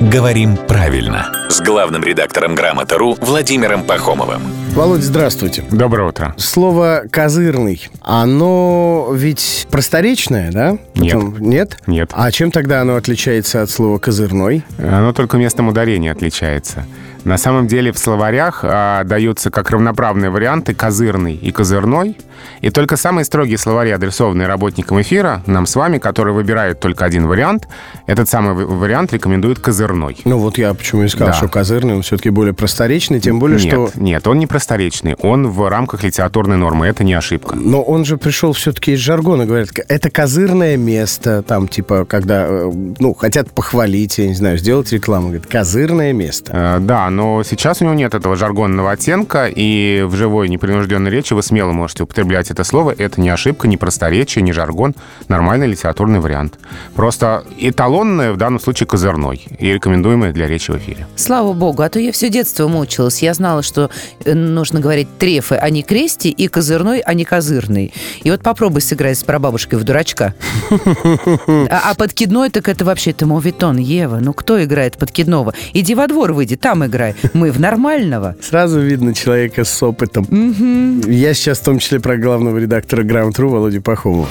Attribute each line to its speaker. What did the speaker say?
Speaker 1: «Говорим правильно» с главным редактором «Грамота.ру» Владимиром Пахомовым.
Speaker 2: Володь, здравствуйте.
Speaker 3: Доброе утро.
Speaker 2: Слово «козырный», оно ведь просторечное, да?
Speaker 3: Нет.
Speaker 2: нет?
Speaker 3: Нет.
Speaker 2: А чем тогда оно отличается от слова «козырной»?
Speaker 3: Оно только местом ударения отличается. На самом деле в словарях а, даются как равноправные варианты «козырный» и «козырной». И только самые строгие словари, адресованные работникам эфира, нам с вами, которые выбирают только один вариант, этот самый в- вариант рекомендует «козырной».
Speaker 2: Ну вот я почему и сказал,
Speaker 3: Да.
Speaker 2: что «козырный», он все-таки более просторечный, тем более, что...
Speaker 3: Нет, нет, он не просторечный, он в рамках литературной нормы, это не ошибка.
Speaker 2: Но он же пришел все-таки из жаргона, говорят, это козырное место, там, типа, когда, э, ну, хотят похвалить, я не знаю, сделать рекламу, говорят, козырное место.
Speaker 3: Э, Да, но сейчас у него нет этого жаргонного оттенка, и в живой непринужденной речи вы смело можете употреблять это слово. Это не ошибка, не просторечие, не жаргон, нормальный литературный вариант. Просто эталонное, в данном случае козырной, и рекомендуемое для речи в эфире.
Speaker 4: Слава богу, а то я все детство мучилась. Я знала, что э, нужно говорить трефы, а не крести, и козырной, а не козырный. И вот попробуй сыграть с прабабушкой в дурачка. А а подкидной, так это вообще-то мовитон, Ева. Ну кто играет подкидного? Иди во двор выйди, там играй. Мы в нормального.
Speaker 2: Сразу видно человека с опытом. Я сейчас в том числе про главного редактора Грамотру Володю Пахомова.